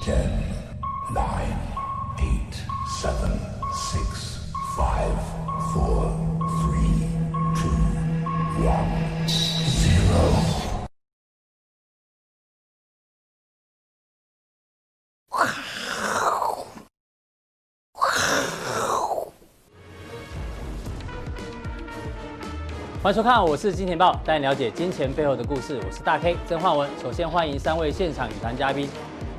Ten, nine, eight, seven, six, five, four, three, two, one, zero. 欢迎收看，我是金钱豹，带你了解金钱背后的故事。我是大 K 曾焕文。首先欢迎三位现场语团嘉宾，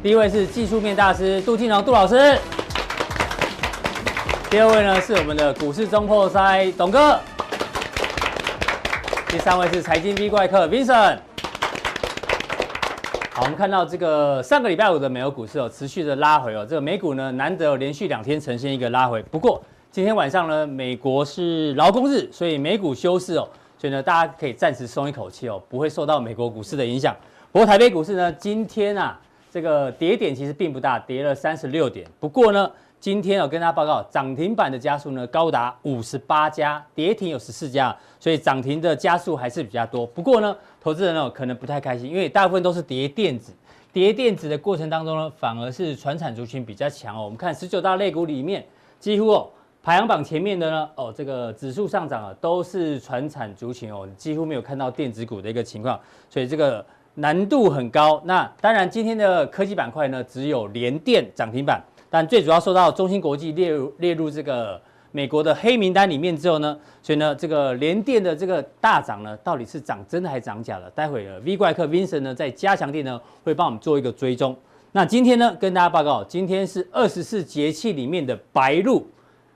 第一位是技术面大师杜金龙杜老师，第二位呢是我们的股市中破塞董哥，第三位是财经 V 怪客 Vincent。好，我们看到这个上个礼拜五的美国股市哦，持续的拉回哦，这个美股呢难得有连续两天呈现一个拉回。不过今天晚上呢，美国是劳工日，所以美股休市哦，所以呢大家可以暂时松一口气哦，不会受到美国股市的影响。不过台北股市呢，今天啊这个跌点其实并不大，跌了三十六点。不过呢，今天我、跟大家报告，涨停板的家数呢高达五十八家，跌停有十四家，所以涨停的家数还是比较多。不过呢，投资人哦可能不太开心，因为大部分都是跌电子。跌电子的过程当中呢，反而是传产族群比较强哦。我们看十九大类股里面，几乎哦排行榜前面的呢，哦这个指数上涨啊，都是传产族群哦，几乎没有看到电子股的一个情况，所以这个难度很高。那当然，今天的科技板块呢，只有联电涨停板，但最主要受到中芯国际列入列入这个美国的黑名单里面之后呢，所以呢，这个联电的这个大涨呢，到底是涨真的还是涨假的？待会儿呃 V 怪客 Vincent 呢，在加强地呢，会帮我们做一个追踪。那今天呢，跟大家报告，今天是二十四节气里面的白露。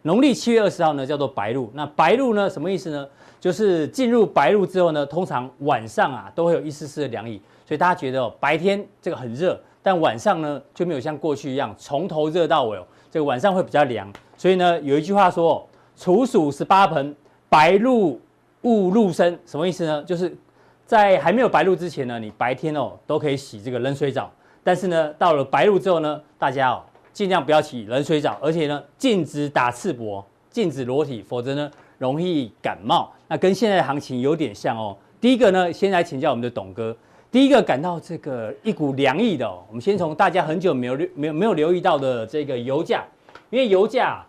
农历七月二十号呢叫做白露。那白露呢什么意思呢？就是进入白露之后呢，通常晚上啊都会有一丝丝的凉意，所以大家觉得、哦、白天这个很热，但晚上呢就没有像过去一样从头热到尾哦，这个晚上会比较凉。所以呢有一句话说、哦，处暑十八盆，白露勿入深，什么意思呢？就是在还没有白露之前呢，你白天哦都可以洗这个冷水澡，但是呢，到了白露之后呢，大家哦尽量不要洗冷水澡，而且呢禁止打赤膊，禁止裸体，否则呢容易感冒。那跟现在的行情有点像哦。第一个呢，先来请教我们的董哥。第一个感到这个一股凉意的、哦，我们先从大家很久没有留没有没有留意到的这个油价，因为油价啊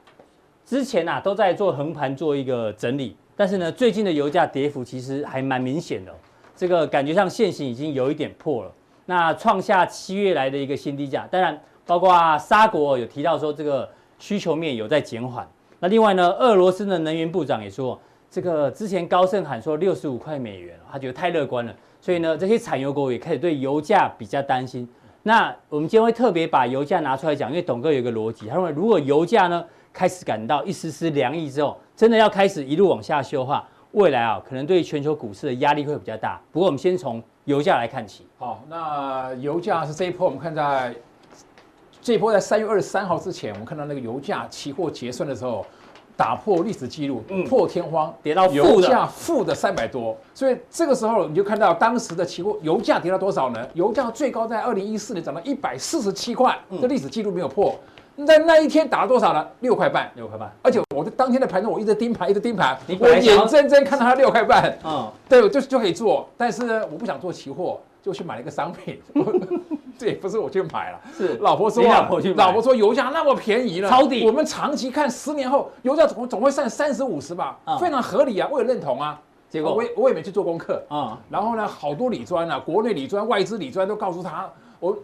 之前啊都在做横盘做一个整理，但是呢，最近的油价跌幅其实还蛮明显的哦、这个感觉上现行已经有一点破了，那创下七月来的一个新低价。当然，包括、啊、沙国哦有提到说这个需求面有在减缓。那另外呢，俄罗斯的能源部长也说，这个之前高盛喊说六十五块美元，他觉得太乐观了，所以呢，这些产油国也开始对油价比较担心。那我们今天会特别把油价拿出来讲，因为董哥有一个逻辑，他认为如果油价呢开始感到一丝丝凉意之后，真的要开始一路往下修的话，未来啊可能对全球股市的压力会比较大。不过我们先从油价来看起，好，那油价是这一波，我们看在这一波在三月二十三号之前，我们看到那个油价期货结算的时候，打破历史记录，破天荒跌到嗯负油的价负的三百多，所以这个时候你就看到当时的期货油价跌到多少呢？油价最高在二零一四年涨到一百四十七块，嗯这历史记录没有破。在那一天打了多少呢？六块半。六块半。而且我的当天的盘中，我一直盯盘，一直盯盘你，本我来想要眼睁睁看到它六块半，嗯，对，我就就可以做，但是呢，我不想做期货，就去买了一个商品。 这也不是我去买了，是老婆说、你啊，老婆去买老婆说油价那么便宜了，抄底我们长期看，十年后油价总总会上三十五十吧，嗯非常合理啊，我也认同啊。结果我也我也没去做功课，啊、然后呢，好多理专啊，国内理专、外资理专都告诉他，我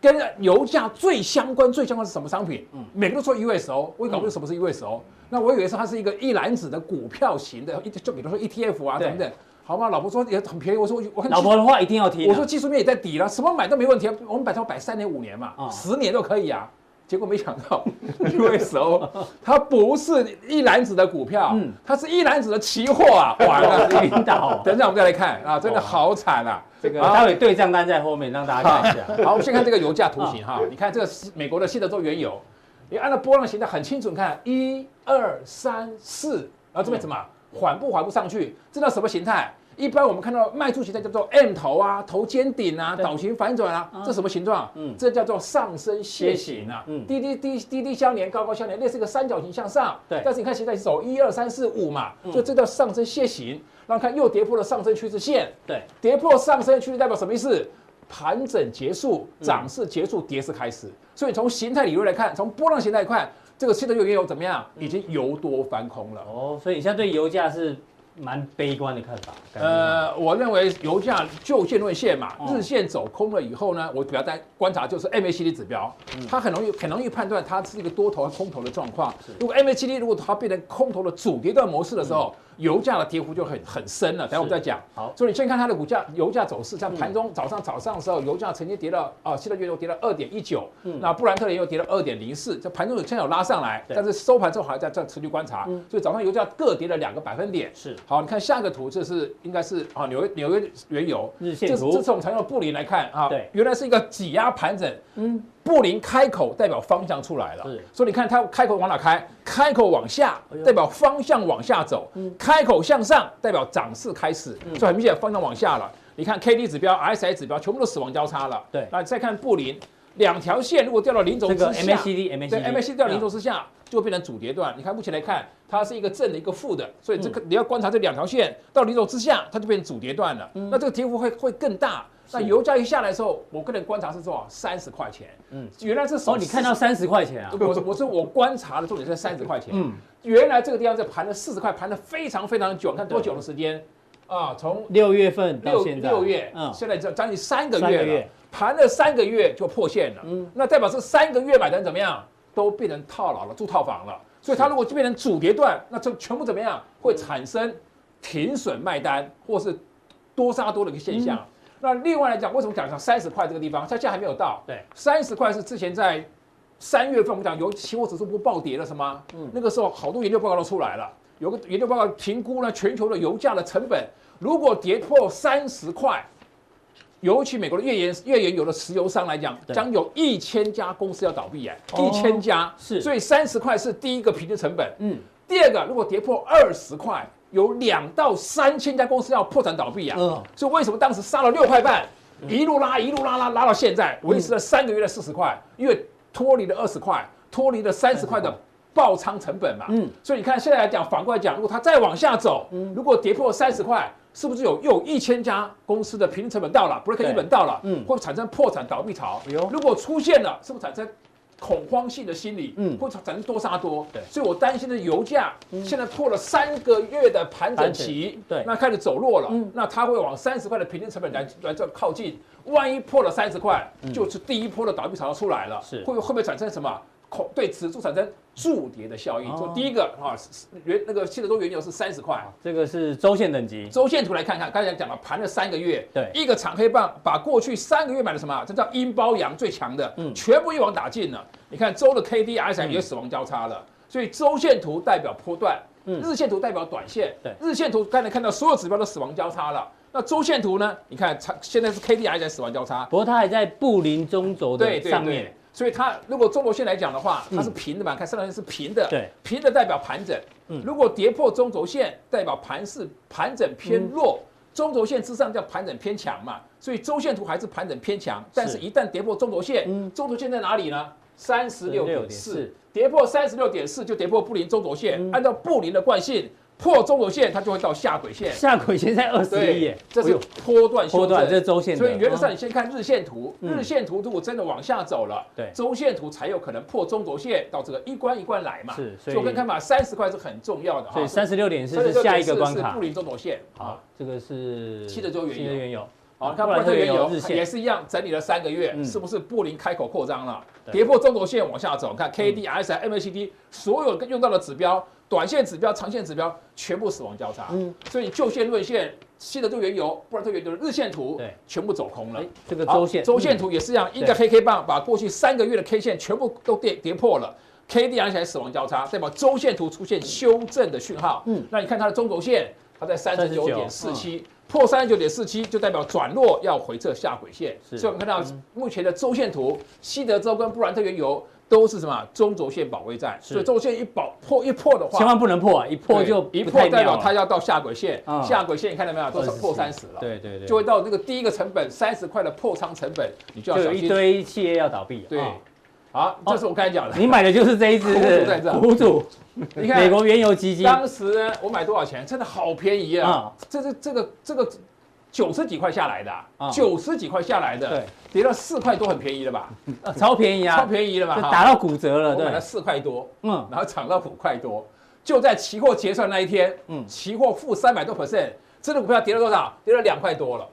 跟油价最相关、最相关是什么商品？嗯，每个都说 USO，我也搞不懂什么是 USO、那我以为是它是一个一篮子的股票型的，一就比如说 ETF 啊对等等。好吧，老婆说也很便宜，我说我看老婆的话一定要听啊。我说技术面也在底了，什么买都没问题啊，我们摆头摆三年五年嘛啊，十、年都可以啊。结果没想到 ，USO 它不是一篮子的股票，嗯它是一篮子的期货啊，完了， 领导，哦等一下我们再来看啊，真的好惨啊！这个好待会对账单在后面让大家看一下。好，我们先看这个油价图形哈，你看这个是美国的西德州原油，你按照波浪形态很清楚，你看一二三四，然后这边怎么缓步缓步上去，这叫什么形态？一般我们看到卖出形态叫做 M 头啊，头肩顶啊，对倒型反转啊，这什么形状？嗯嗯，这叫做上升楔形啊，嗯低低低低低相连，高高相连，类似一个三角形向上。对但是你看形态是走一二三四五嘛，所以这叫上升楔形。然后看又跌破了上升趋势线，对，跌破上升趋势代表什么意思？盘整结束，涨势结束，跌势开始。所以从形态理论来看，从波浪形态看，这个现在就也有怎么样，已经由多翻空了。哦，所以你现在对油价是蛮悲观的看法。感觉上，呃，我认为油价就线论线嘛，哦日线走空了以后呢，我比较在观察就是 MACD 指标，嗯它很容易很容易判断它是一个多头和空头的状况是。如果 MACD 如果它变成空头的主跌段模式的时候，油价的跌幅就很很深了。等一下我们再讲。嗯好，嗯所以你先看它的股价、油价走势，像盘中早上早上的时候，油价曾经跌到啊，希腊原油跌到二点一九嗯，那布兰特原油跌到二点零四，这盘中有现在有拉上来，对但是收盘之后还在在持续观察嗯，所以早上油价各跌了两个百分点。是好，你看下一个图，这是应该是啊纽约纽约原油，日这线是这图，是我们常用的布林来看啊对，原来是一个挤压盘整，嗯，布林开口代表方向出来了是，所以你看它开口往哪开？开口往下哎呦，代表方向往下走；嗯开口向上，代表涨势开始。嗯所以很明显方向往下了。你看 K D 指标、R S I 指标全部都死亡交叉了。对那再看布林，两条线如果掉到零轴这之个下， MACD MACD 对 MACD 掉到零哦轴之下，就会变成主跌段。你看目前来看，它是一个正的，一个负的，所以这个嗯你要观察这两条线到零轴之下，它就变成主跌段了。那这个跌幅会会更大。那嗯是油价一下来的时候，我个人观察是多少？三十块钱。嗯嗯，原来是哦，手你看到三十块钱啊？我我是我观察的重点是三十块钱，嗯，原来这个地方在盘了四十块，盘了非常非常久，你看多久的时间啊？从六月份到六现在，六月，嗯，现在将将近三个三月个了月，盘了三个月就破线了，嗯那代表是三个月买的人怎么样，都变成套牢了，住套房了。所以它如果变成主跌段，那这全部怎么样会产生停损卖单或是多杀多的一个现嗯象。那另外来讲，为什么讲到三十块这个地方，它现在还没有到？对，三十块是之前在三月份我们讲油期货指数不暴跌了是吗？嗯那个时候好多研究报告都出来了，有个研究报告评估呢，全球的油价的成本如果跌破三十块。尤其美国的页岩页岩油的石油商来讲，对将有一千家公司要倒闭哎，哦一千家是所以三十块是第一个平均成本，嗯，第二个，如果跌破二十块，有两到三千家公司要破产倒闭啊。嗯所以为什么当时杀了六块半，一路拉一路拉拉拉到嗯现在，维持了三个月的四十块，因为脱离了二十块，脱离了三十块的爆仓成本嘛。嗯所以你看现在来讲，反过来讲，如果它再往下走，如果跌破三十块。是不是有又有一千家公司的平均成本到了，break 对 even 到了，嗯会产生破产倒闭潮哎呦。如果出现了，是不是产生恐慌性的心理？嗯嗯，会产生多杀多。对嗯所以我担心的油价现在破了三个月的盘整期，盘整对那开始走弱了嗯，那它会往三十块的平均成本来来这靠近。万一破了三十块，就是第一波的倒闭潮出来了，嗯是会会不会产生什么？恐对指数产生助跌的效应。哦就第一个啊，是原那个七十多原油是三十块，这个是周线等级，周线图来看看，刚才讲了盘了三个月，对一个长黑棒把过去三个月买的什么啊，这叫阴包阳最强的，嗯全部一网打尽了。你看周的 K D R S 也死亡交叉了，所以周线图代表波段，嗯日线图代表短线，对日线图刚才看到所有指标都死亡交叉了，那周线图呢？你看长现在是 K D R S 死亡交叉，不过它还在布林中轴对的对上对面，。所以它如果中轴线来讲的话，它是平的嘛，看上条线是平的，嗯对，平的代表盘整。嗯如果跌破中轴线，代表盘势盘整偏弱，嗯中轴线之上叫盘整偏强嘛。所以周线图还是盘整偏强，但是一旦跌破中轴线，嗯中轴线在哪里呢？三十六点36.4四，跌破三十六点四就跌破布林中轴线。嗯按照布林的惯性，破中轴线它就会到下轨线。下轨现在二十一耶，这哎是呦波段修波段，正这。是周线的，所以原则上，哦你先看日线图，嗯日线图如果真的往下走了，对周线图才有可能破中轴线，到这个一关一关来嘛。是所所以以我跟看法，三十块是很重要的哈。所以三十六点四36.4是下一个关是卡布。林中轴线。好，，这个是七十周原油七十原油，好，你看布布兰兰特特原原油油日线也是一样，整理了三个月嗯，是不是布林开口扩张了？对嗯跌破中轴线往下走，你看 K D S I M A C D 所有用到的指标，短线指标、长线指标全部死亡交叉。嗯所以就线论线，西德州原油、布兰特原油的日线图对全部走空了哎。，这个好周线，周线嗯图也是一样，一对个黑 K 棒把过去三个月的 K 线全部都跌跌破了。K D R 起来死亡交叉，代表周线图出现修正的讯号。嗯嗯，那你看它的中轴线，它在三十九39点四七，破三十九点四七就代表转弱，要回撤下轨线。是嗯所以我们看到目前的周线图，西德州跟布兰特原油都是什么中轴线保卫战。是所以周线一保破一破的话，千万不能破啊，一破对就一不破太代妙表了它要到下轨线嗯，下轨线你看到没有？都是破三十了。对对对，就会到那个第一个成本三十块的破仓成本，你就要就有小一心。堆企业要倒闭。对哦，好，这是我刚才讲的。你买的就是这一 只，苦主 在这苦主，你美看，国原油基金，啊当时我买多少钱？真的好便宜啊！这这这个这个九十几块下来的啊，啊九十几块下来的，对，跌到四块多，很便宜了吧？呃超便宜啊，超便宜了吧？就哈打到骨折了，我买了对，四块多，嗯，然后涨到五块多，就在期货结算那一天，嗯嗯，期货负三百多 percent，这只股票跌了多少？跌了两块多了。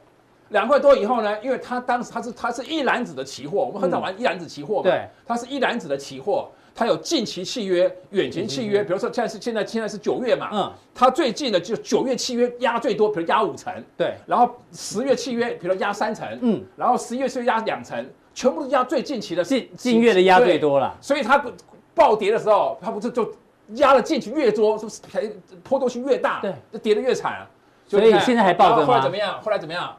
两块多以后呢，因为它当时它是它是一篮子的期货，我们很少玩一篮子期货嘛，嗯对，它是一篮子的期货，它有近期契约、远期契约，比如说现在是现在现在是九月嘛，嗯嗯，它最近的就九月契约压最多，比如压五成，对，然后十月契约，比如压三成，嗯嗯，然后十一月契约压两成，全部都是压最近期的近近月的压最多了，所以它不暴跌的时候，它不是就压了进去越多，是不是才波动性越大，对，就跌得越惨啊。所以就你看现在还抱着吗然后后来怎么样？后来怎么样？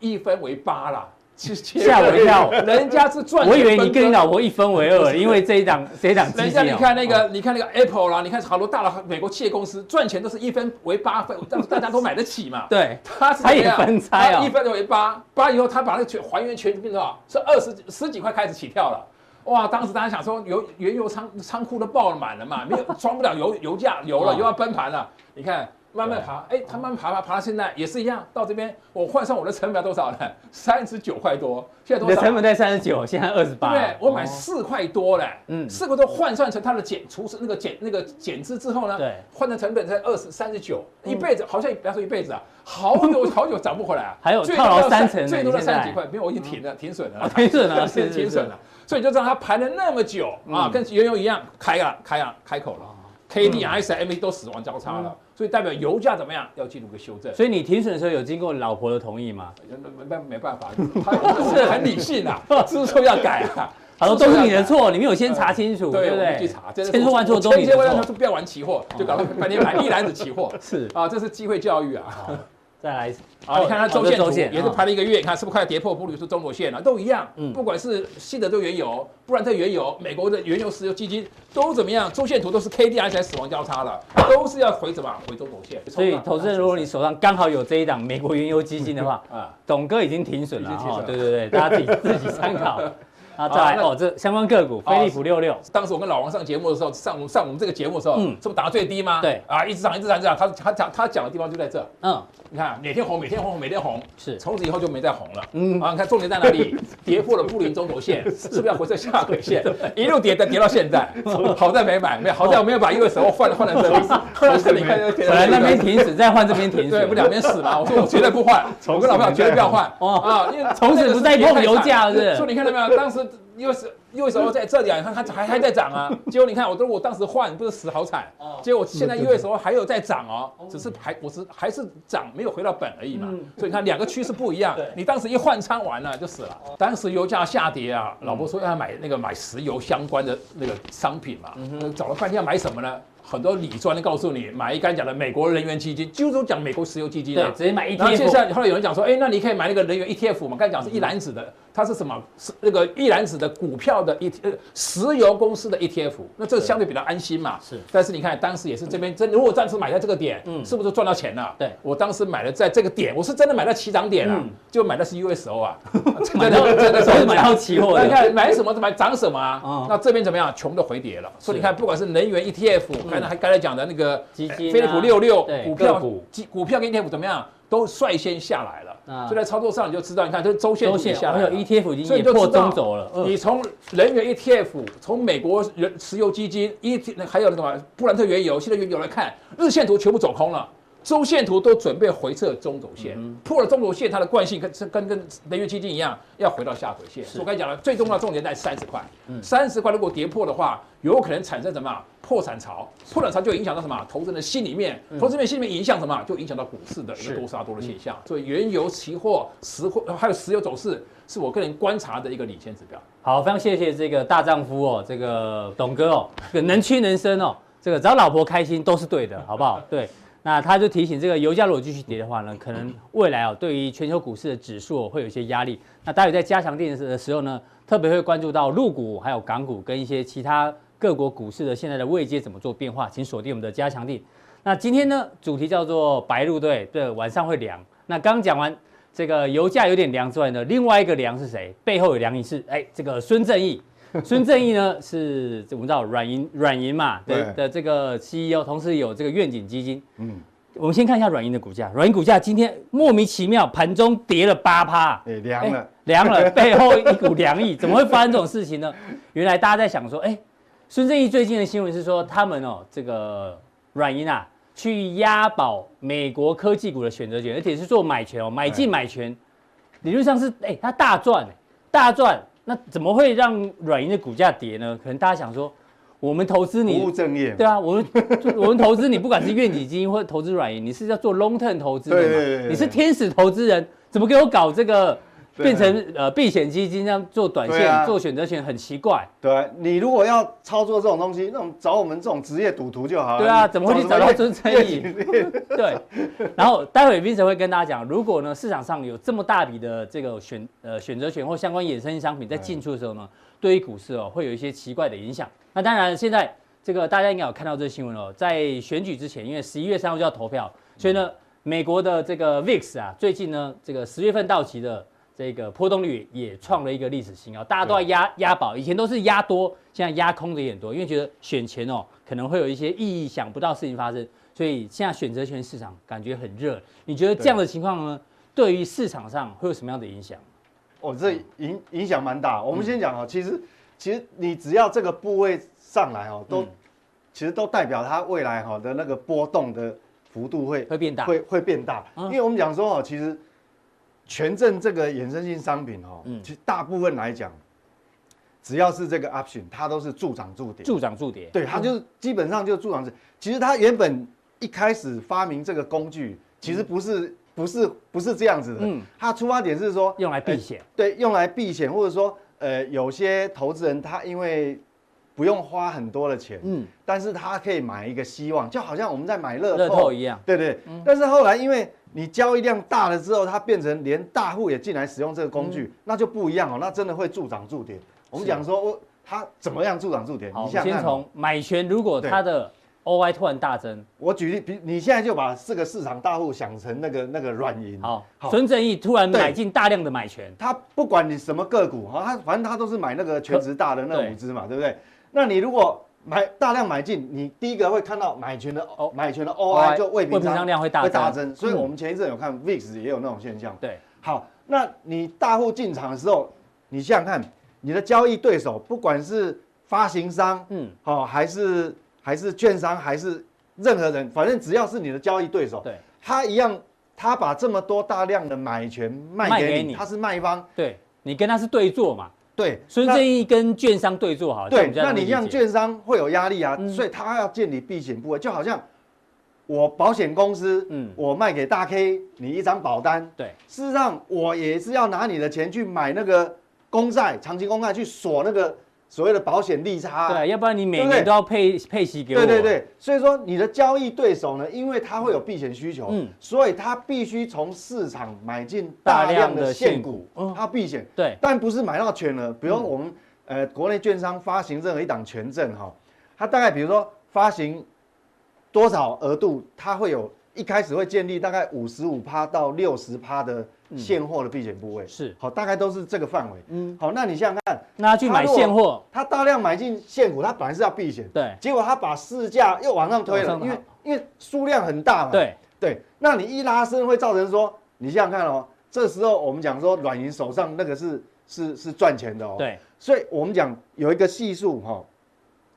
一分为八啦，其实其实吓我一跳人家是赚钱分割。我以为你跟你老婆一分为二，因为这一档这一档基人金家你哦看那个，你看那个 Apple 啦，你看好多大的美国企业公司赚钱都是一分为八分，但大家都买得起嘛。对，他是怎么样他也分拆啊他一分为八，八以后他把那个全还原全变成多少？是二十十几块开始起跳了。哇！当时大家想说油原油仓仓库都爆满 了嘛，没有装不了油油价油了，嗯又要崩盘了。你看慢慢爬，哎，它慢慢爬爬爬到现在也是一样，到这边我换算我的成本要多少呢？三十九块多，现在你多的少？成本在三十九，现在二十对八不，对？我买哦四块多嘞，嗯嗯，四块多换算成它的减除那个减那个减资之后呢，对嗯换成成本才二十三十九，一辈子好像不要说一辈子啊，好久 好久涨不回来啊， 还有最套牢多到三成呢最多到你现在三十几块，没有，我已经停了，停损了啊，停损了是 是是是停损了，所以就让它盘了那么久啊嗯，哦跟原油一样开啊开啊开口了，K D I S M A 都死亡交叉了，所以代表油价怎么样要进入个修正。嗯所以你停损的时候有经过老婆的同意吗？没办没 办法，他是很理性啊，知错要改啊。他说都是你的知错要错，改你没有先查清楚，对啊不对，我们去对查，真？的千错万错都我你千的错万错错。哦都不要玩期货，就搞了半天买一篮子期货是，啊，这是机会教育啊！再来一次。啊，你看它周线哦这图周线也是啊盘了一个月，你看是不是快跌破布吕斯中国线了？都一样嗯，不管是西德州原油，不然这原油，美国的原油石油基金都怎么样？周线图都是 K D I 才死亡交叉了，都是要回什么？回中国线。啊所以，投资人，如果你手上刚好有这一档美国原油基金的 话，啊，董哥已经停损了已经停哈。损了对对对，大家自 己自己参考。啊，再来那哦，这相关个股，飞利浦六六，当时我跟老王上节目的时候，上我们上我们这个节目的时候，嗯这不打到最低吗？对啊，一直涨，一直涨，一直涨。他他讲他讲的地方就在这， 嗯，你看每天红，每天红，每天红，是从此以后就没再红了。嗯嗯，啊，你看重点在哪里？跌破了布林中轴线，是不是要回撤下轨线？一路跌的跌到现在，好在没买，没有好在我没有把 USO 换了换了这里，换了这里看就跌本到来现在那边停损，再换这边停 对，损，不两边死嘛。我说我绝对不换，我跟老朋友绝对不要换哦啊，因为从此不再碰油价那个时是不是候跌太惨所以你看到没 有？当时又是又时候在这里啊，你看它还还在涨啊。结果你看，我都我当时换不是死好惨哦，结果现在又时候还有在涨哦，只是还我是还是涨，没有回到本而已嘛嗯。所以你看两个趋势不一样对，哦你当时一换仓完了就死了。当时油价下跌啊，嗯老婆说要买那个买石油相关的那个商品嘛，嗯找了半天要买什么呢？很多理专的告诉你，买一刚才讲的美国人员基金，就是讲美国石油基金对啊，。直接买 E 然后接下 ETF，来后来有人讲说，哎，那你可以买那个能源 ETF 嘛？刚才讲嗯是一篮子的，它是什么？是那个一篮子的股票的 E T，呃，石油公司的 ETF。那这相对比较安心嘛。是但是你看，当时也是这边真，如果当时买在这个点，嗯是不是就赚到钱了？对我当时买了在这个点，我是真的买到起涨点啊嗯，就买的是 USO 啊，真买的到真的都是买到期货那你的，看买什么买涨什么嗯啊？那这边怎么样？全部都回跌了。所以你看，不管是能源 ETF，刚才还刚才讲的那个嗯呃基金啊飞利浦六六对股个票股基股票跟 ETF 怎么样，都率先下来啊了。所以在操作上你就知道，你看这周线周图也线下还来有了。 ETF 已经所以也你就破知道中轴了，嗯你从能源 ETF，从美国人石油基金 E T，还有那个什么布兰特原油、现在原油来看，日线图全部走空了。周线图都准备回撤中轴线，嗯破了中轴线，它的惯性跟跟跟能源基金一样，要回到下轨线。所以我刚才讲了，最重要的重点在三十块，嗯三十块如果跌破的话，有可能产生什么啊破产潮？破产潮就影响到什么啊？投资人的心里面，投资人心里面影响什么啊？就影响到股市的一嗯是嗯个多杀多的现象。所以原油、期货、石货还有石油走势，是我个人观察的一个领先指标。好，非常谢谢这个大丈夫哦，这个董哥哦，这个能屈能伸哦，这个只要老婆开心都是对的，好不好？对，那他就提醒这个油价如果继续跌的话呢，可能未来哦，对于全球股市的指数、哦、会有一些压力。那待会在加强电视的时候呢，特别会关注到陆股、还有港股跟一些其他各国股市的现在的位阶怎么做变化，请锁定我们的加强地。那今天呢，主题叫做白鹭队，对，晚上会凉。那刚讲完这个油价有点凉之外呢，另外一个凉是谁？背后有凉意是哎，这个孙正 义。孙正义呢是我们知道软银软银嘛，对对 E 的这个 CEO，同时有这个愿景基金。嗯，我们先看一下软银的股价，软银股价今天莫名其妙盘中跌了八趴，哎凉了哎凉了，背后一股凉意，怎么会发生这种事情呢？原来大家在想说，哎，孙正义最近的新闻是说，他们哦，这个软银啊，去押宝美国科技股的选择权，而且是做买哎权哦，买进买权，理论上是哎，他大赚，大赚，那怎么会让软银的股价跌呢？可能大家想说，我们投资你不务正业嘛。对啊，我们 我们投资你，不管是愿景基金或者投资软银，你是要做 long term 投资的嘛？对对对对你是天使投资人，怎么给我搞这个对啊变成呃避险基金这样做短对线、啊做选择权很奇怪。对啊你如果要操作这种东西，那种找我们这种职业赌徒就好了。对啊你怎么会去什找到越孙正越 义紧 对，然后待会 Vincent 会跟大家讲，如果呢市场上有这么大笔的这个选呃选择权或相关衍生性商品在进出的时候呢，对于股市哦会有一些奇怪的影响。那当然，现在这个大家应该有看到这个新闻哦，在选举之前，因为十一月三号就要投票，所以呢，美国的这个 VIX 啊，最近呢这个十月份到期的。这个波动率也创了一个历史新高，大家都要压压宝，以前都是压多，现在压空的也很多，因为觉得选前哦可能会有一些意想不到事情发生，所以现在选择权市场感觉很热。你觉得这样的情况呢，对于市场上会有什么样的影响？哦，这影影响蛮大。我们先讲哦，嗯其实其实你只要这个部位上来哦，都、嗯其实都代表它未来哈的那个波动的幅度会会变大？会会变大，嗯因为我们讲说哦，其实权证这个衍生性商品哦，嗯其实大部分来讲，只要是这个 option，它都是助涨助跌，助涨助跌？对，它就是基本上就是助长。其实它原本一开始发明这个工具，其实不是、不是不是这样子的，嗯它出发点是说用来避险呃对，用来避险，或者说呃有些投资人他因为不用花很多的钱，嗯，但是他可以买一个希望，就好像我们在买乐乐透一样。嗯对对，但是后来因为你交易量大了之后，它变成连大户也进来使用这个工具，那就不一样哦，那真的会助涨助跌。我们嗯是讲说，我它怎么样助涨助跌？好，我们你想想先看哦从买权，如果对它的 OI 突然大增，我举例，比你现在就把这个市场大户想成那个那个软银，好，好，孙正义突然对买进大量的买权，他不管你什么个股哈，他反正他都是买那个全值大的那对五只嘛，对不对？那你如果买大量买进，你第一个会看到买权的哦，买权的 OI 就未平未平仓仓量会大会大增增，所以嗯我们前一阵有看 VIX 也有那种现象。对，好，那你大户进场的时候，你想想看，你的交易对手不管是发行商，嗯，好、还是还是券商，还是任何人，反正只要是你的交易对手，对他一样，他把这么多大量的买权卖卖给你，给你他是卖方，对，你跟他是对坐嘛，对，孙那正义跟券商对坐好，对，那你让让券商会有压力啊，嗯所以他要建立避险部位，就好像我保险公司，嗯我卖给大 K 你一张保单，对事实上，我也是要拿你的钱去买那个公债、长期公债，去锁那个所谓的保险利差啊、对，要不然你每对不年对都要配配息给我，对对对，所以说你的交易对手呢，因为他会有避险需求，嗯所以他必须从市场买进大量的现股，大量的现股嗯他避险，对嗯但不是买到全额，比如我们、呃国内券商发行任何一档权证哈，它大概比如说发行多少额度，它会有一开始会建立大概五十五趴到六十趴的现货的避险部位，嗯是好，大概都是这个范围，嗯嗯，好，那你想想看，那他去买现货，他大量买进现股，他本来是要避险，对结果他把市价又往上推了往，上因为跑因为数量很大嘛，对，对，那你一拉升会造成说，你想想看哦，这时候我们讲说软银手上那个是是是赚钱的哦，，对，所以我们讲有一个系数哈、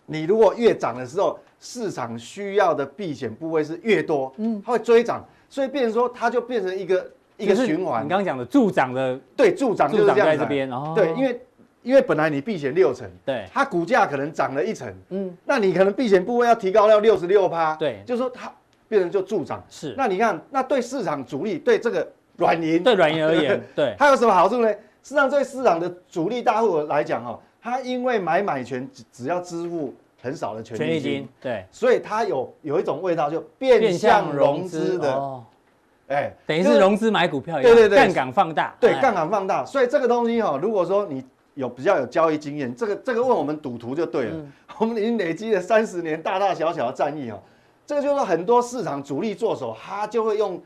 你如果越涨的时候，市场需要的避险部位是越多，嗯，它会追涨，所以变成说它就变成一个一个就是循你环，刚刚讲的助长的，对，助涨就是这样助子啊长在这边哦对，因为因为本来你避险六成，对它股价可能涨了一成，哎嗯嗯，那你可能避险部位要提高到六十六趴，对就是说它变成就助涨，是那你看，那对市场主力对这个软银，对软银而 言，对，它有什么好处呢？事实上，对市场的主力大户来讲，哈，它因为买买权只只要支付很少的权权利利金金，，对，所以它有有一种味道，就变相融资的，哦哎，等于就是融资买股票一样，对对对杠杆放大，对哎杠杆放大。所以这个东西哈，哦如果说你有比较有交易经验，这个这个问我们赌徒就对了，嗯我们已经累积了三十年大大小小的战役哦，这个就是很多市场主力做手，他就会用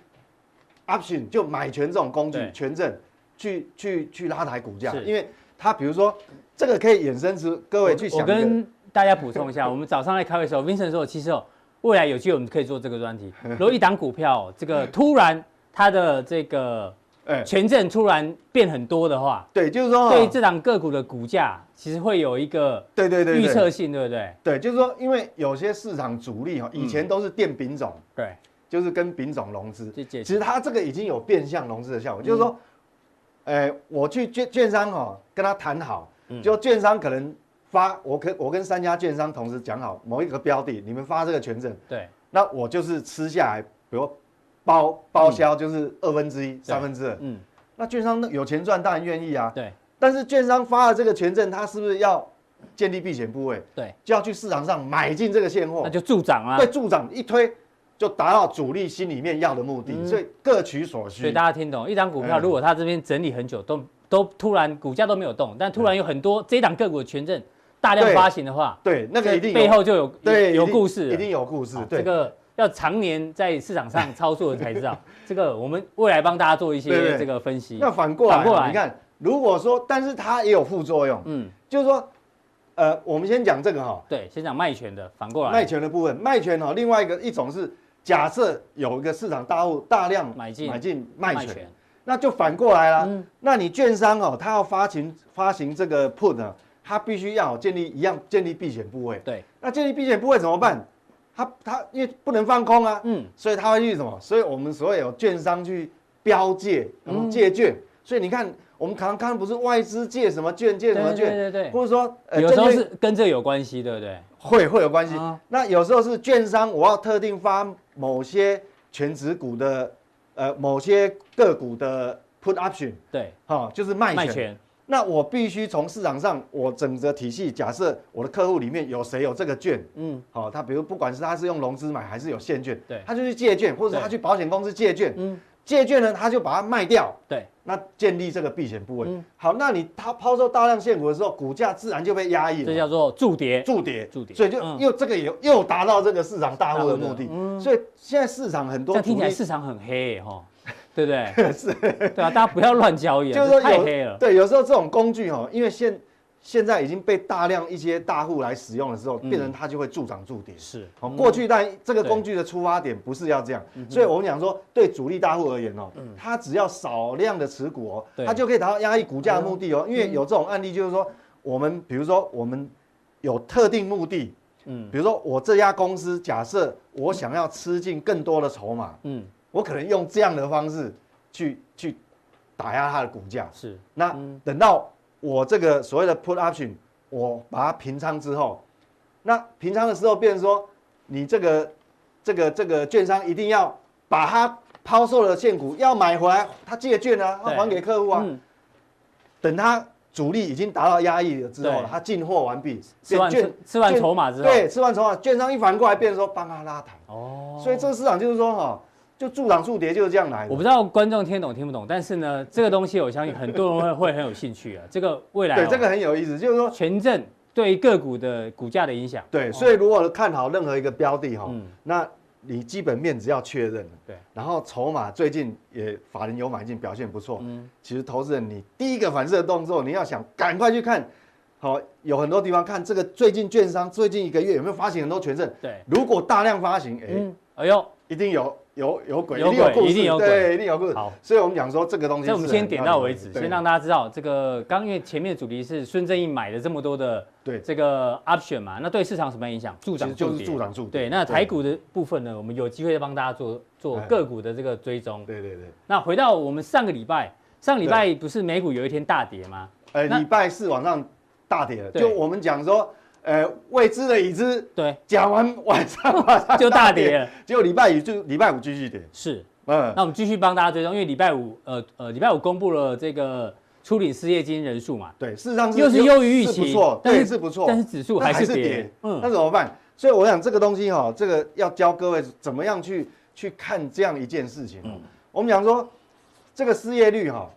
option 就买权这种工具对权证去去去拉抬股价是，因为他比如说这个可以衍生出各位去我想一个跟大家补充一下，我们早上在开会的时候，Vincent 说，其实哦，未来有机会我们可以做这个专 题。如果一档股票、这个突然它的这个哎，权证突然变很多的话，对，就是说，哦对这档个股的股价其实会有一个对对对，预对测，性，对不对？对，就是说，因为有些市场主力哈，哦以嗯前都是垫丙种，对，就是跟丙种融资，就解其实它这个已经有变相融资的效果，就是说，哎，我去券券商哈，跟他谈好，就券商可能发，我跟我跟三家券商同时讲好某一个标的，你们发这个权证，对，那我就是吃下来，比如包包销就是二分之一、三分之二，嗯，那券商有钱赚当然愿意啊，对但是券商发了这个权证，他是不是要建立避险部位，对，就要去市场上买进这个现货？那就助长啊哦对。助长一推，就达到主力心里面要的目的，所以各取所嗯所以需大。家听懂，一档股票嗯如果它这边整理很久，都都突然股价都没有动，但突然有很多这一档个股的权证大量嗯对发行的话，对，那个这一定有背后就有对有一定故事了，一定有故事好。对这个要常年在市场上操作的才知 道。这个我们未来帮大家做一对些对这个分析那。反过来啊，反过来你看，如果说，但是它也有副作用，嗯，就是说，呃，我们先讲这个哈、对，先讲卖权的，反过卖来权的部分，卖权哈、另外一个一种是假设有一个市场大户大量买进买进卖权，，那就反过来啦。嗯那你券商哦，他要发行发行这个 put 呢，他必须要有建立一样建立避险部位。对，那建立避险部位怎么办？他他因为不能放空啊，嗯，所以他会去什么？所以我们所谓有券商去标借，然嗯后借券。所以你看，我们常看不是外资借什么券，借对什么对券，对对对，或者说呃，有时候证券是跟这有关系，对不对？会会有关系。啊那有时候是券商，我要特定发某些全值股的，呃，某些个股的 put option，对，哈、就是卖卖权。权，那我必须从市场上，我整个体系，假设我的客户里面有谁有这个券，嗯，好、他比如不管是他是用融资买还是有现券，对他就去借券，或者对他去保险公司借券，嗯借券呢他就把它卖掉，对，那建立这个避险部位。嗯好，那你他抛售大量现股的时候，股价自然就被压抑这了，叫做助跌，筑跌，筑跌所以就嗯又这个也又达到这个市场大户的目大户的嗯的。所以现在市场很这多样听主起来力，市场很黑哈，吼对不 对？是，对啊，大家不要乱交易啊，就是这说太有黑了。对，有时候这种工具哦，因为现现在已经被大量一些大户来使用的时候，嗯变成它就会助涨助跌。是，嗯好，哦过去但这个对工具的出发点不是要这样，所以我们讲说，对主力大户而言哦，他只要少量的持股哦，嗯对嗯他就可以达到压抑股价的目的哦。因为有这种案例，就是说，我们比如说我们有特定目的，嗯比如说我这家公司，假设我想要吃进更多的筹码，嗯，我可能用这样的方式去去打压它的股价。是，那嗯等到我这个所谓的 put option，我把它平仓之后，那平仓的时候变成说，你这个这个这个券商一定要把它抛售的现股要买回来，他借券啊，他对还给客户啊。嗯等他主力已经达到压抑了之后对，他进货完毕，吃完券吃完券筹码之后，对，吃完筹码，券商一反过来变成说帮他拉抬，哦，所以这个市场就是说哈，就助涨助跌就是这样来的。我不知道观众听懂听不懂，但是呢，这个东西我相信很多人会会很有兴趣啊。这个未来、哦、对这个很有意思，就是说权证对于个股的股价的影响，对，所以如果看好任何一个标的哈、哦嗯那你基本面只要确认了，对，然后筹码最近也法人有买进，表现不错，嗯其实投资人你第一个反射动作，你要想赶快去看，好、有很多地方看这个最近券商最近一个月有没有发行很多权证，对，如果大量发行，哎、嗯，哎呦，一定有有有鬼，有鬼故事一定有鬼对，一定有故事。好所以我们讲说这个东西是所以很我有们意思的，先点到为止，对先让大家知道这个。刚因为前面的主题是孙正义买了这么多的对这个 option 嘛，那对市场什么影响？助其涨实就助是跌。助涨助跌对，那台股的部分呢，我们有机会帮大家做做哎个股的这个追踪。对对对，那回到我们上个礼拜，上个礼拜不是美股有一天大跌吗？呃，那礼拜四晚上大跌了，对就我们讲说，呃，未知的已知。 对，讲完 晚上马上就大跌了，结果礼拜一就礼拜五继续跌，是。嗯，那我们继续帮大家追踪，因为礼拜五，呃呃，礼拜五公布了这个初领失业金人数嘛，对，事实上是又是优于预期，不错，但对，是不错，但是指数还是跌，那嗯，怎么办？所以我想这个东西哈、这个要教各位怎么样去去看这样一件事情。哦嗯我们讲说这个失业率哈、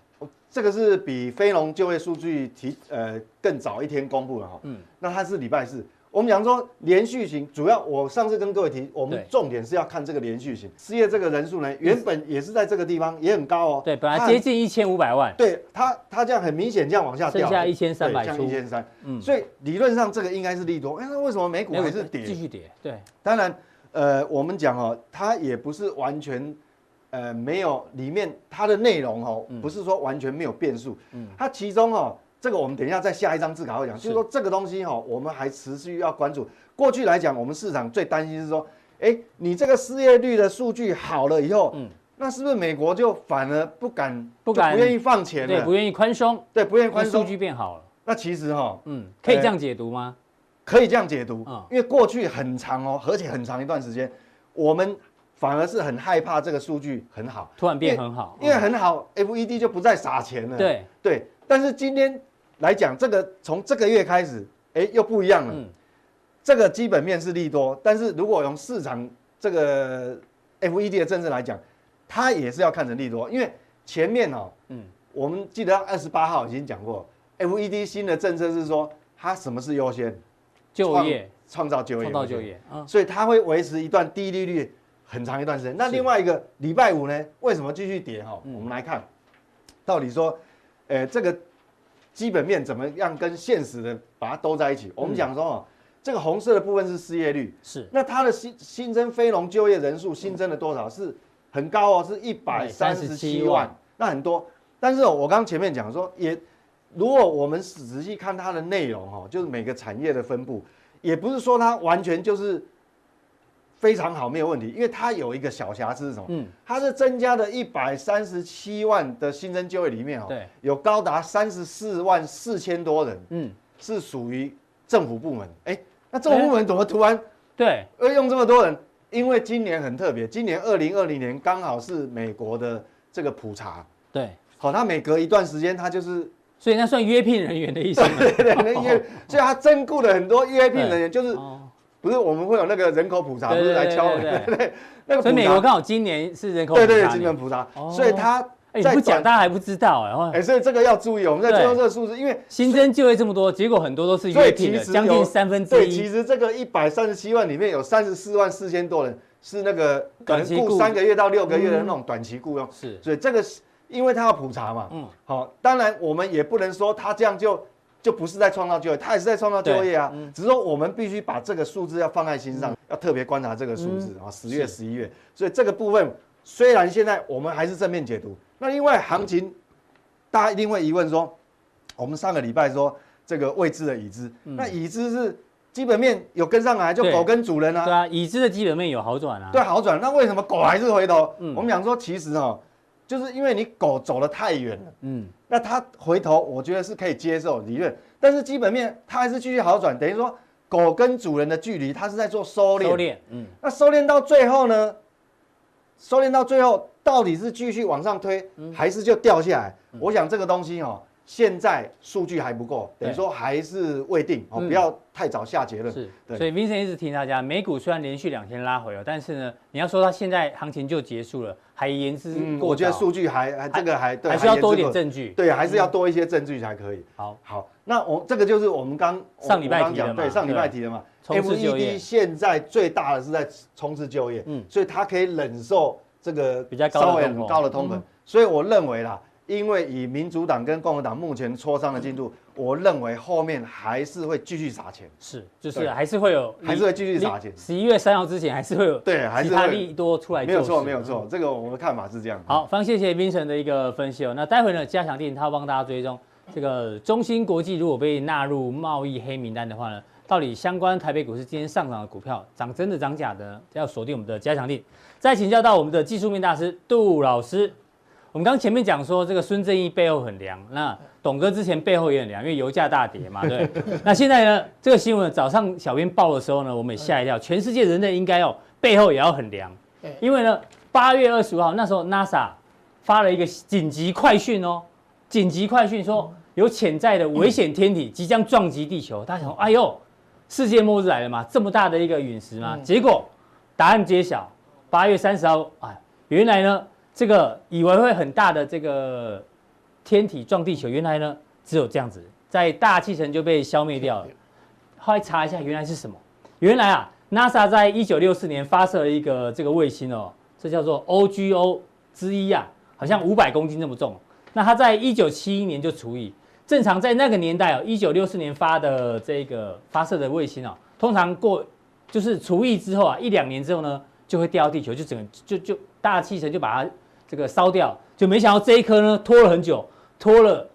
这个是比非农就业数据提呃更早一天公布了哈、嗯那它是礼拜四。我们讲说连续型，主要我上次跟各位提，我们对嗯重点是要看这个连续型失业这个人数呢，原本也是在这个地方，也很高哦。对，本来它接近一千五百万，对它，它这样很明显这样往下掉，剩下1300像出一千三，嗯所以理论上这个应该是利多。哎，那为什么美股美股还是跌？继续跌，对，当然，呃，我们讲哦，它也不是完全呃没有里面它的内容哦，嗯不是说完全没有变数，它其中哦。这个我们等一下在下一章自考会讲，就是说这个东西哈、哦，我们还持续要关注。过去来讲，我们市场最担心是说，哎，你这个失业率的数据好了以后，那是不是美国就反而不敢嗯不敢就不愿意放钱对，了？不愿意宽松，对，不愿意因为宽数松。据变好了，那其实哈、哦，嗯，可以这样解读吗？可以这样解读嗯，因为过去很长哦，而且很长一段时间，我们反而是很害怕这个数据很好，突然变很好，因为很好，FED 就不再撒钱嗯了。对，对，但是今天来讲，这个从这个月开始，哎，又不一样了。嗯这个基本面是利多，但是如果用市场这个 FED 的政策来讲，它也是要看成利多，因为前面哦，嗯嗯，我们记得二十八号已经讲过，FED 新的政策是说它什么是优先，就业创造就业，创造就业，嗯，所以它会维持一段低利率很长一段时间。那另外一个礼拜五呢，为什么继续跌哈、我们来看，到底说，呃，这个基本面怎么样跟现实的把它兜在一起？我们讲说哦，这个红色的部分是失业率，是那它的新新增非农就业人数新增了多少？是很高哦，是一百三十七137万万，那很多。但是哦、我刚前面讲说，也如果我们仔细看它的内容哦，就是每个产业的分布，也不是说它完全就是非常好没有问题，因为它有一个小瑕疵是什么？嗯它是增加的一百三十七万的新增就业里面哦，对，有高达三十四万四千多人嗯，是属于政府部门。哎、那政府部门怎么突然？对，而用这么多人，因为今年很特别，今年二零二零年刚好是美国的这个普查，对，好、它每隔一段时间它就是所以那算约聘人员的意思吗？ 对那些，所以它增雇了很多约聘人员，就是哦，不是我们会有那个人口普查，不对是对来敲对对门， 对那个所以美普国查刚好今年是人口对普对查基年本普查哦，所以它哎，你在不讲短大家还不知道哎哎，哦，所以这个要注意，我们在对最后这个数字，因为新增就业这么多，结果很多都是所约以聘其的，实将近有三分之对，其一，实这个一百三十七万里面有三十四万四千多人是那个可短期能雇嗯雇三个月到六个月的那种短期雇佣，是所以这个是因为他要普查嘛，嗯嗯，好、当然我们也不能说他这样就就不是在创造就业，他也是在创造就业啊，嗯只是说我们必须把这个数字要放在心上，要特别观察这个数字嗯啊，十、0月、十一月，所以这个部分虽然现在我们还是正面解读，那另外行情，大家一定会疑问说，我们上个礼拜说这个未知的已知，那已知是基本面有跟上来，就对狗跟主人啊对，啊，已知的基本面有好转啊，对，好转。那为什么狗还是回头？我们讲说，其实哦，就是因为你狗走了太远了，嗯，那它回头，我觉得是可以接受理论。但是基本面它还是继续好转，等于说狗跟主人的距离，它是在做收敛。收敛，嗯，那收敛到最后呢？收敛到最后，到底是继续往上推，嗯还是就掉下来？我想这个东西哦，现在数据还不够，等于对说还是未定哦，嗯不要太早下结论。是，对所以 Vincent 一直提醒大家，美股虽然连续两天拉回哦，但是呢，你要说它现在行情就结束了，还言之嗯，过我觉早，啊得数据还还这个还对，还需要言之多一点过证据。对，还是要多一些证据才可以。嗯好，好，那我这个就是我们刚上礼拜我刚提的讲嘛对，上礼拜对提的嘛。冲刺就业 FED 现在最大的是在冲刺就业，嗯所以它可以忍受这个比较高的稍通微很膨嗯高的通膨。所以我认为啦，因为以民主党跟共和党目前磋商的进度，嗯我认为后面还是会继续撒钱。是，就是对还是会有，还是会继续撒钱十一月三号之前还是会有，对还其是他会利多出来，嗯没有错，没有。错，这个我们的看法是这样。好，非常谢谢 Vincent 的一个分析哦。那待会呢，加强定他帮大家追踪这个中芯国际，如果被纳入贸易黑名单的话呢，到底相关台北股市今天上涨的股票涨真的涨假的呢？要锁定我们的加强定。再请教到我们的技术面大师杜老师。我们刚前面讲说，这个孙正义背后很凉，那董哥之前背后也很凉，因为油价大跌嘛，对。那现在呢，这个新闻早上小编报的时候呢，我们也吓一跳，全世界人类应该要背后也要很凉，因为呢，八月二十五号那时候 NASA 发了一个紧急快讯哦，紧急快讯说有潜在的危险天体即将撞击地球，大家想，哎呦，世界末日来了嘛，这么大的一个陨石嘛，结果答案揭晓，八月三十号，哎，原来呢，这个以为会很大的这个天体撞地球，原来呢只有这样子，在大气层就被消灭掉了。后来查一下，原来是什么？原来啊，NASA 在一九六四年发射了一个这个卫星哦，这叫做 OGO 之一啊，好像五百公斤这么重。那它在一九七一年就除以，正常在那个年代哦，一九六四年发的这个发射的卫星哦，通常过就是除役之后啊，一两年之后呢，就会掉到地球，就整个就就大气层就把它这个烧掉。就没想到这一颗呢，拖了很久，拖了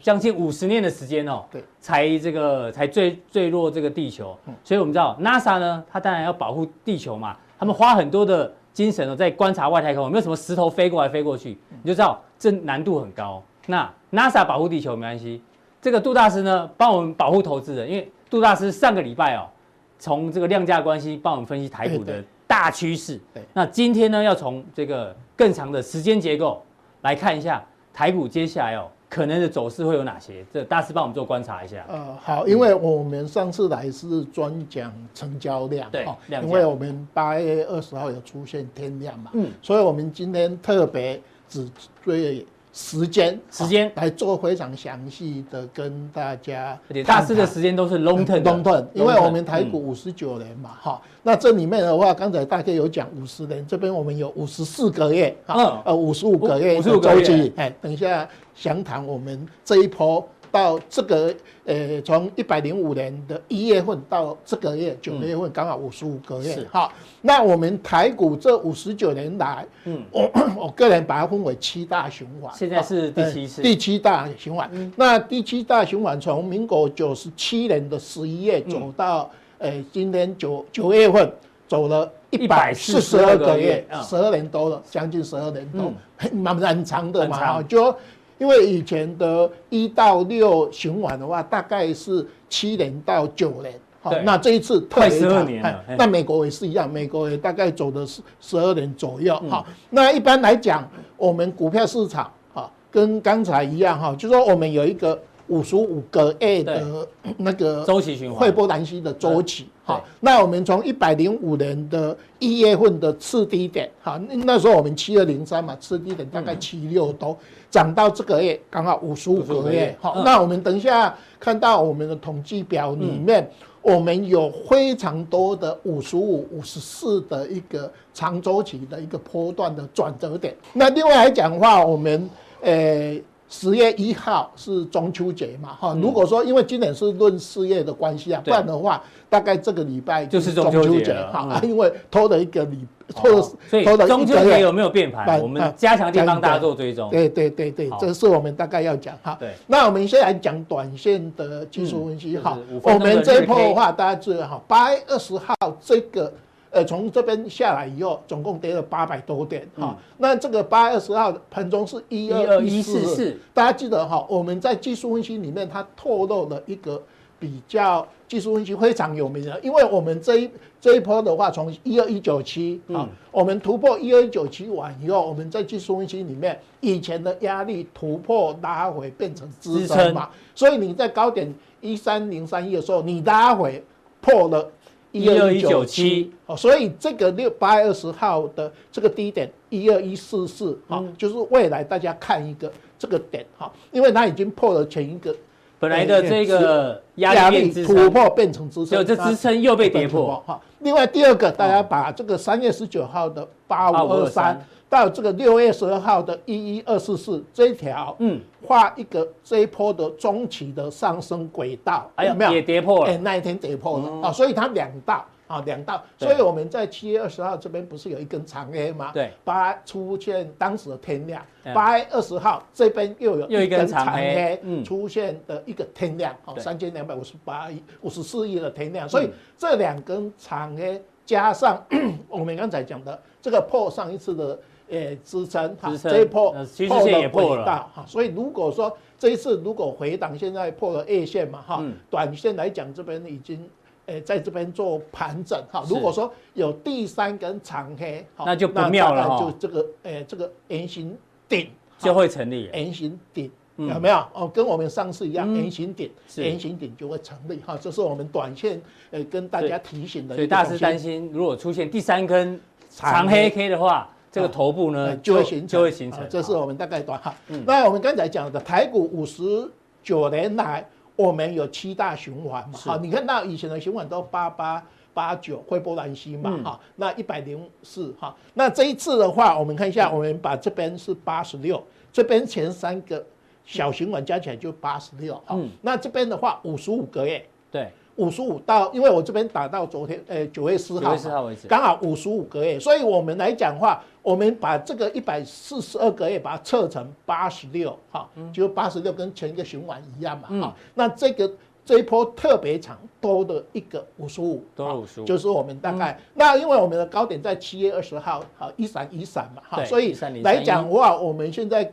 将近五十年的时间哦，对，才这个才坠坠落这个地球。所以我们知道 NASA 呢，它当然要保护地球嘛，他们花很多的精神哦，在观察外太空，有没有什么石头飞过来飞过去，你就知道这难度很高。那 NASA 保护地球没关系，这个杜大师呢，帮我们保护投资人，因为杜大师上个礼拜哦，从这个量价关系帮我们分析台股哎的对大趋势。对那今天呢，要从这个更长的时间结构来看一下台股接下来哦可能的走势会有哪些，这大师帮我们做观察一下。呃，好，因为我们上次来是专讲成交量，对哦量价因为我们八月二十号有出现天量嘛，嗯，所以我们今天特别只对时间时间哦来做非常详细的跟大家而且探讨，大师的时间都是 long term 嗯的嗯 long term，因为 long term，我们台股五十九年嘛，哈、那这里面的话，刚才大概有讲五十年，这边我们有五十四个月，嗯啊，呃，五十五个月55的个周月期，哎，等一下详谈我们这一波到这个，呃，从一百零五年的一月份到这个月九月份，刚好五十五个月是，哈、那我们台股这五十九年来，嗯嗯，我我个人把它分为七大循环，现在是第哦七次嗯呃第七大循环。那第七大循环从民国九十七年的十一嗯月走到、呃今年九九月份，走了一百四十142二个个月月嗯，十二年多了，将近十二年多，蛮蛮长的很长嘛。哦就因为以前的一到六循环的话，大概是七年到九年。好对，那这一次特快别12长年哎了嘿那美国也是一样，美国也大概走的是十二年左右。嗯好，那一般来讲，我们股票市场啊，跟刚才一样哈，就说我们有一个五十五个 A 的那个周期循环哦惠波兰西的周期。对好，那我们从一百零五年的一月份的次低点，好，那那时候我们七二零三嘛，次低点大嗯概七六多，涨到这个月刚好五十五55个个月月。好嗯，那我们等一下看到我们的统计表里面，嗯我们有非常多的五十五、五十四的一个长周期的一个波段的转折点。那另外来讲的话，我们呃。十月一号是中秋节嘛，哈，如果说因为今年是闰四月的关系啊，嗯对不然的话，大概这个礼拜就是中秋中节秋节了哈嗯，啊因为拖了一个礼，拖了所以拖了中一秋个节月有没有变盘？嗯我们加强地帮大家做追踪。对对对对好，这是我们大概要讲哈。对那我们先来讲短线的技术分析嗯哈。就是五分我钟的们这一波日的 K 话，大家注意哈，八月二十号这个。呃，从这边下来以后，总共跌了八百多点嗯哈、那这个八月二十号盘中是一二一四12144四，大家记得哈、我们在技术分析里面，它透露了一个比较技术分析非常有名的，因为我们这一这一波的话，从一二一九七啊，我们突破一二一九七完以后，我们在技术分析里面，以前的压力突破拉回变成支支撑撑嘛，所以你在高点一三零三一的时候，你拉回破了。一二一九12197七哦，所以这个六八月二十号的这个低点一二一四四啊，嗯就是未来大家看一个这个点哈，因为它已经破了前一个本来的这个压压力变力支突撑，破变成支撑，就这支撑又被跌破。哦哈。另外第二个，大家把这个三月十九号的八五二8523三到这个六月十二号的一一二四四这一条，嗯，画一个这一波的中期的上升轨道，哎有没有呀，也跌破哎、了。嗯那一天跌破了啊、所以它两道啊，两道，对所以我们在七月二十号这边不是有一根长 A 吗？对，八出现当时的天量嗯，八月二十号这边又有又一根长 A，黑嗯出现的一个天量，哦，对嗯三千两百五十八亿五十四亿的天量，所以这两根长 A 加上 我们刚才讲的这个破上一次的。呃，支撑哈支撑这一破呃趋势线也破了轨道啊，所以如果说这一次如果回档现在破了 A 线嘛，哈、嗯短线来讲这边已经。诶，在这边做盘整哈，是如果说有第三根长黑，哈那就不妙了大概哈就这个诶，这个 N 型顶就会成立了， N 型顶嗯有没有？哦，跟我们上次一样嗯，N 型顶是，N 型顶就会成立哈，这是我们短线诶跟大家提醒的所一个以东大西。师担心，如果出现第三根长长黑黑 K 的话，这个啊头部呢呃就会形成，就会形成哦啊。这是我们大概短哈嗯。那我们刚才讲的台股五十九年来，我们有七大循环嘛，是好，你看到以前的循环都八八。八九惠波兰西嘛嗯，哈、那一百零四哈，那这一次的话，我们看一嗯下，我们把这边是八十六，这边前三个小循环加起来就八十六，哈嗯，那这边的话五十五个月，对，五十五到，因为我这边打到昨天，呃，九月四九号月嘛，四号为止。刚好五十五个月，所以我们来讲话，我们把这个一百四十二个月把它测成八十六，哈，就八十六跟前一个循环一样嘛，嗯哈，那这个这一波特别长多的一个五十五，多了哈55就是我们大嗯概那因为我们的高点在七月二十号，好一闪一闪嘛，哈，对所以13031来讲的话，我们现在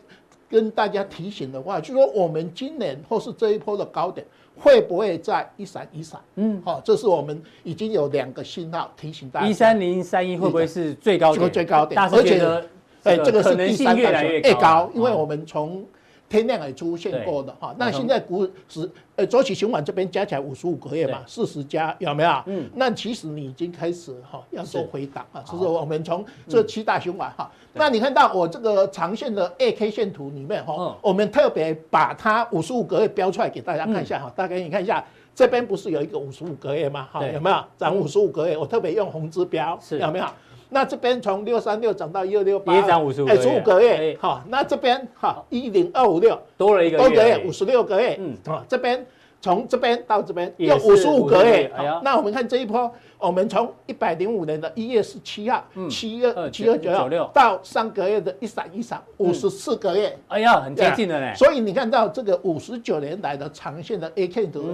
跟大家提醒的话，就说我们今年或是这一波的高点会不会再一闪一闪？嗯，好、这是我们已经有两个信号提醒大家。一三零三一会不会是最高点？最高点大家是觉得哎，这个可是能第性三越来越越高，因为哦我们从天量也出现过的哈。那马上现在股指呃周期循环这边加起来五十五个月嘛，四十加有没有？嗯嗯，那其实你已经开始哈要做是回档啊，就是我们从这七大循环哈。那你看到我这个长线的 A K 线图里面嗯哈，我们特别把它五十五个月标出来给大家看嗯一下哈，大概你看一下。这边不是有一个五十五个月吗？哈，对嗯有没有涨五十五个月？我特别用红指标，是有没有？那这边从六三六涨到一二六也涨55个月哎，十五个哎月，好，那这边哈一零二五六多了一个多个月月而已五十六个月，嗯嗯，好，这边从这边到这边也又是五十五个55个月月，哎呀好，那我们看这一波，我们从一百零五年的一月十七号嗯，七二七二九9296六嗯到上个月的一闪一闪五十四个月，哎呀，很接近了嘞。所以你看到这个五十九年来的长线的 A K 图，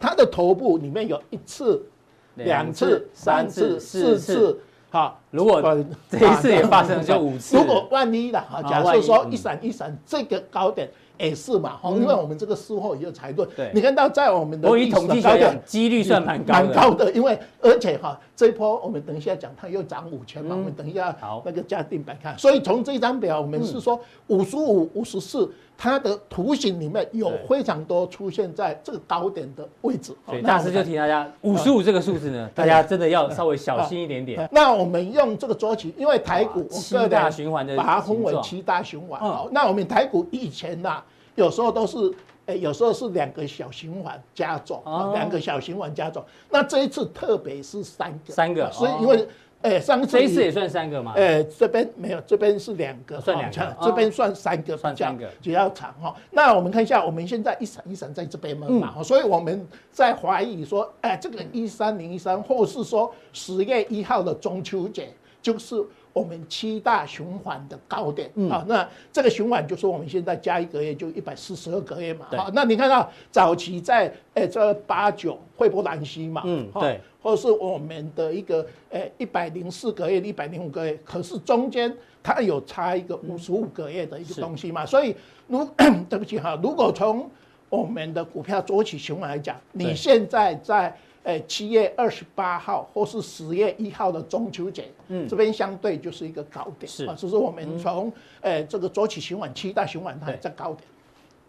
它的头部里面有一次、两次、三次、四次，，好。如果呃这一次也发生就五次如果万一的哈，啊假万一设说嗯一闪一闪这个高点也是嘛，哈，因为我们这个事后也有裁论对。你看到在我们的我以历史统计的学高讲点，。几率算蛮高的，蛮高的，因为而且哈，这一波我们等一下讲，它又涨五千嘛，嗯我们等一下好嗯那个价定板看。所以从这张表，我们是说五十五、五十四，它的图形里面有对非常多出现在这个高点的位置。哦所以那我大们师就提大家五十五这个数字呢，大家真的要稍微小心一点点。 哦那我们用这个周期，因为台股我七个人大循环的把它分为形状七大循环。嗯好，那我们台股以前呐、有时候都是，诶，有时候是两个小循环加总哦，两个小循环加总。那这一次特别是三个，三个所以哦因为，诶，上次这一次你也算三个嘛？呃，这边没有，这边是两个，算两个哦这边算三个，算三个比较长哈。那我们看一下，我们现在一闪一闪在这边嘛，嗯嘛，所以我们在怀疑说，哎，这个一三零一三，或是说十月一号的中秋节，就是。我们七大循环的高点、嗯啊，那这个循环就是我们现在加一个月就一百四十二个月嘛。对好，那你看到早期在哎这八九惠波兰西嘛，嗯哈对或是我们的一个呃一百零四个月、一百零五个月，可是中间它有差一个五十五个月的一是个东西嘛，所以如 对不起哈，如果从我们的股票周期循环来讲，对你现在在呃七月二十八号或是十月一号的中秋节，嗯嗯，这边相对就是一个高点，是嗯啊，就是我们从呃这个周期循环七大循环它对在高点。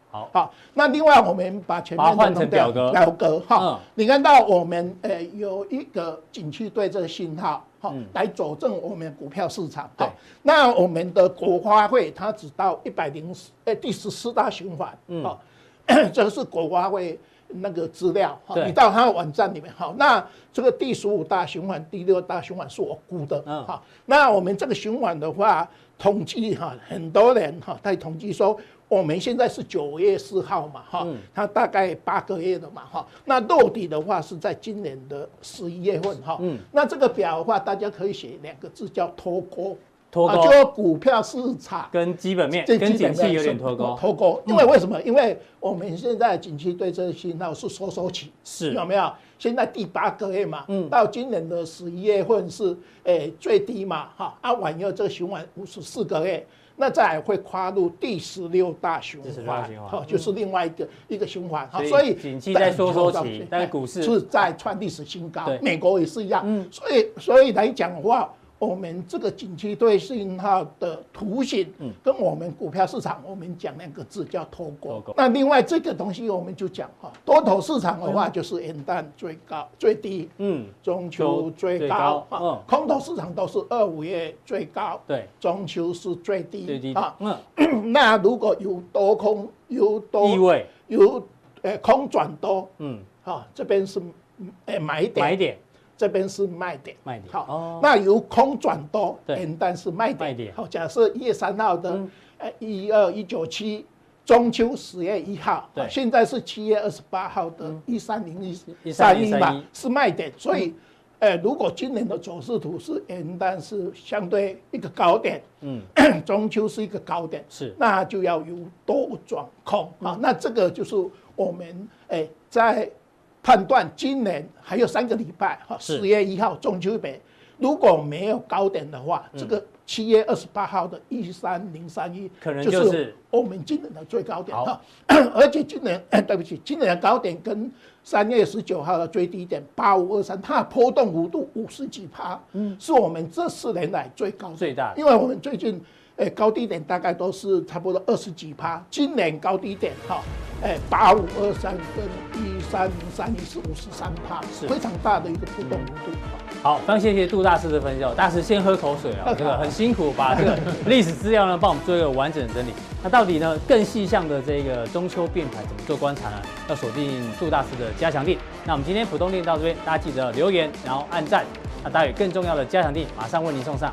好好，那另外我们把前面把它的换成弄掉表格表格哈、嗯你看到我们呃有一个景气对这个信号哈、来佐证我们股票市场。嗯对好，那我们的国花会它只到一百零呃第十四大循环，嗯好、 这个是国花会那个资料哈、对你到它的网站里面好，那这个第十五大循环、第六大循环是我估的，嗯好，那我们这个循环的话，统计哈，很多人哈在统计说，我们现在是九月四号嘛哈嗯，它大概八个月了嘛哈，那落底的话是在今年的十一月份哈嗯，那这个表的话，大家可以写两个字叫脱钩，脱啊钩就股票市场跟基本面这跟基本景气面有点是脱钩，嗯脱钩，因为为什么？因为我们现在景气对这个信号是收缩期，是有没有？现在第八个月嘛，嗯到今年的十一月份是诶、最低嘛，哈，啊，完以后这个循环五十四个月，那再来会跨入第十六大循16大环循环，嗯哈就是另外一个、一个循环，哈，所所以以景气在收缩期哎但是股市是在创历史新高对，美国也是一样，嗯所以所以来讲的话，我们这个景气对信号的图形，嗯跟我们股票市场，我们讲两个字叫脱脱钩钩。那另外这个东西我们就讲哈，多头市场的话就是元旦最高最低，嗯，中秋最最高高，嗯啊空头市场都是二五月最高，对，中秋是最低，最低啊。嗯， 那如果由多空由意多味，由呃空转多，嗯，啊，这边是嗯呃买点，买点，这边是卖点，卖点好，哦那由空转多，对元旦是卖点，卖点好，假设一月三号的嗯呃一二一九七中秋十月一号，对嗯现在是七月二十八号的一三零一1301嘛，是卖点，所嗯以，呃，如果今年的走势图是元旦是相对一个高点，嗯， 中秋是一个高点，是嗯那就要由多转空啊，那这个就是我们哎在判断今年还有三个礼拜哈，是十月一号中秋节，如果没有高点的话，嗯这个七月二十八号的一三零三一可能就是我们今年的最高点好哈，而且今年 对不起，今年的高点跟三月十九号的最低点八五二三，它的波动幅度五十几趴，嗯，是我们这四年来最高的最大的因为我们最近，诶、高低点大概都是差不多二十几趴，今年高低点哈，诶八五二三跟一三零三一是五十三趴，是非常大的一个波动幅度。哈好，非常谢谢杜大师的分析哦。大师先喝口水啊、喝口这个很辛苦，把这个历史资料呢帮我们做一个完整的整理。那到底呢更细项的这个中秋变盘怎么做观察呢？要锁定杜大师的加强定。那我们今天浦东店到这边，大家记得留言，然后按赞。那待会更重要的加强定马上为您送上。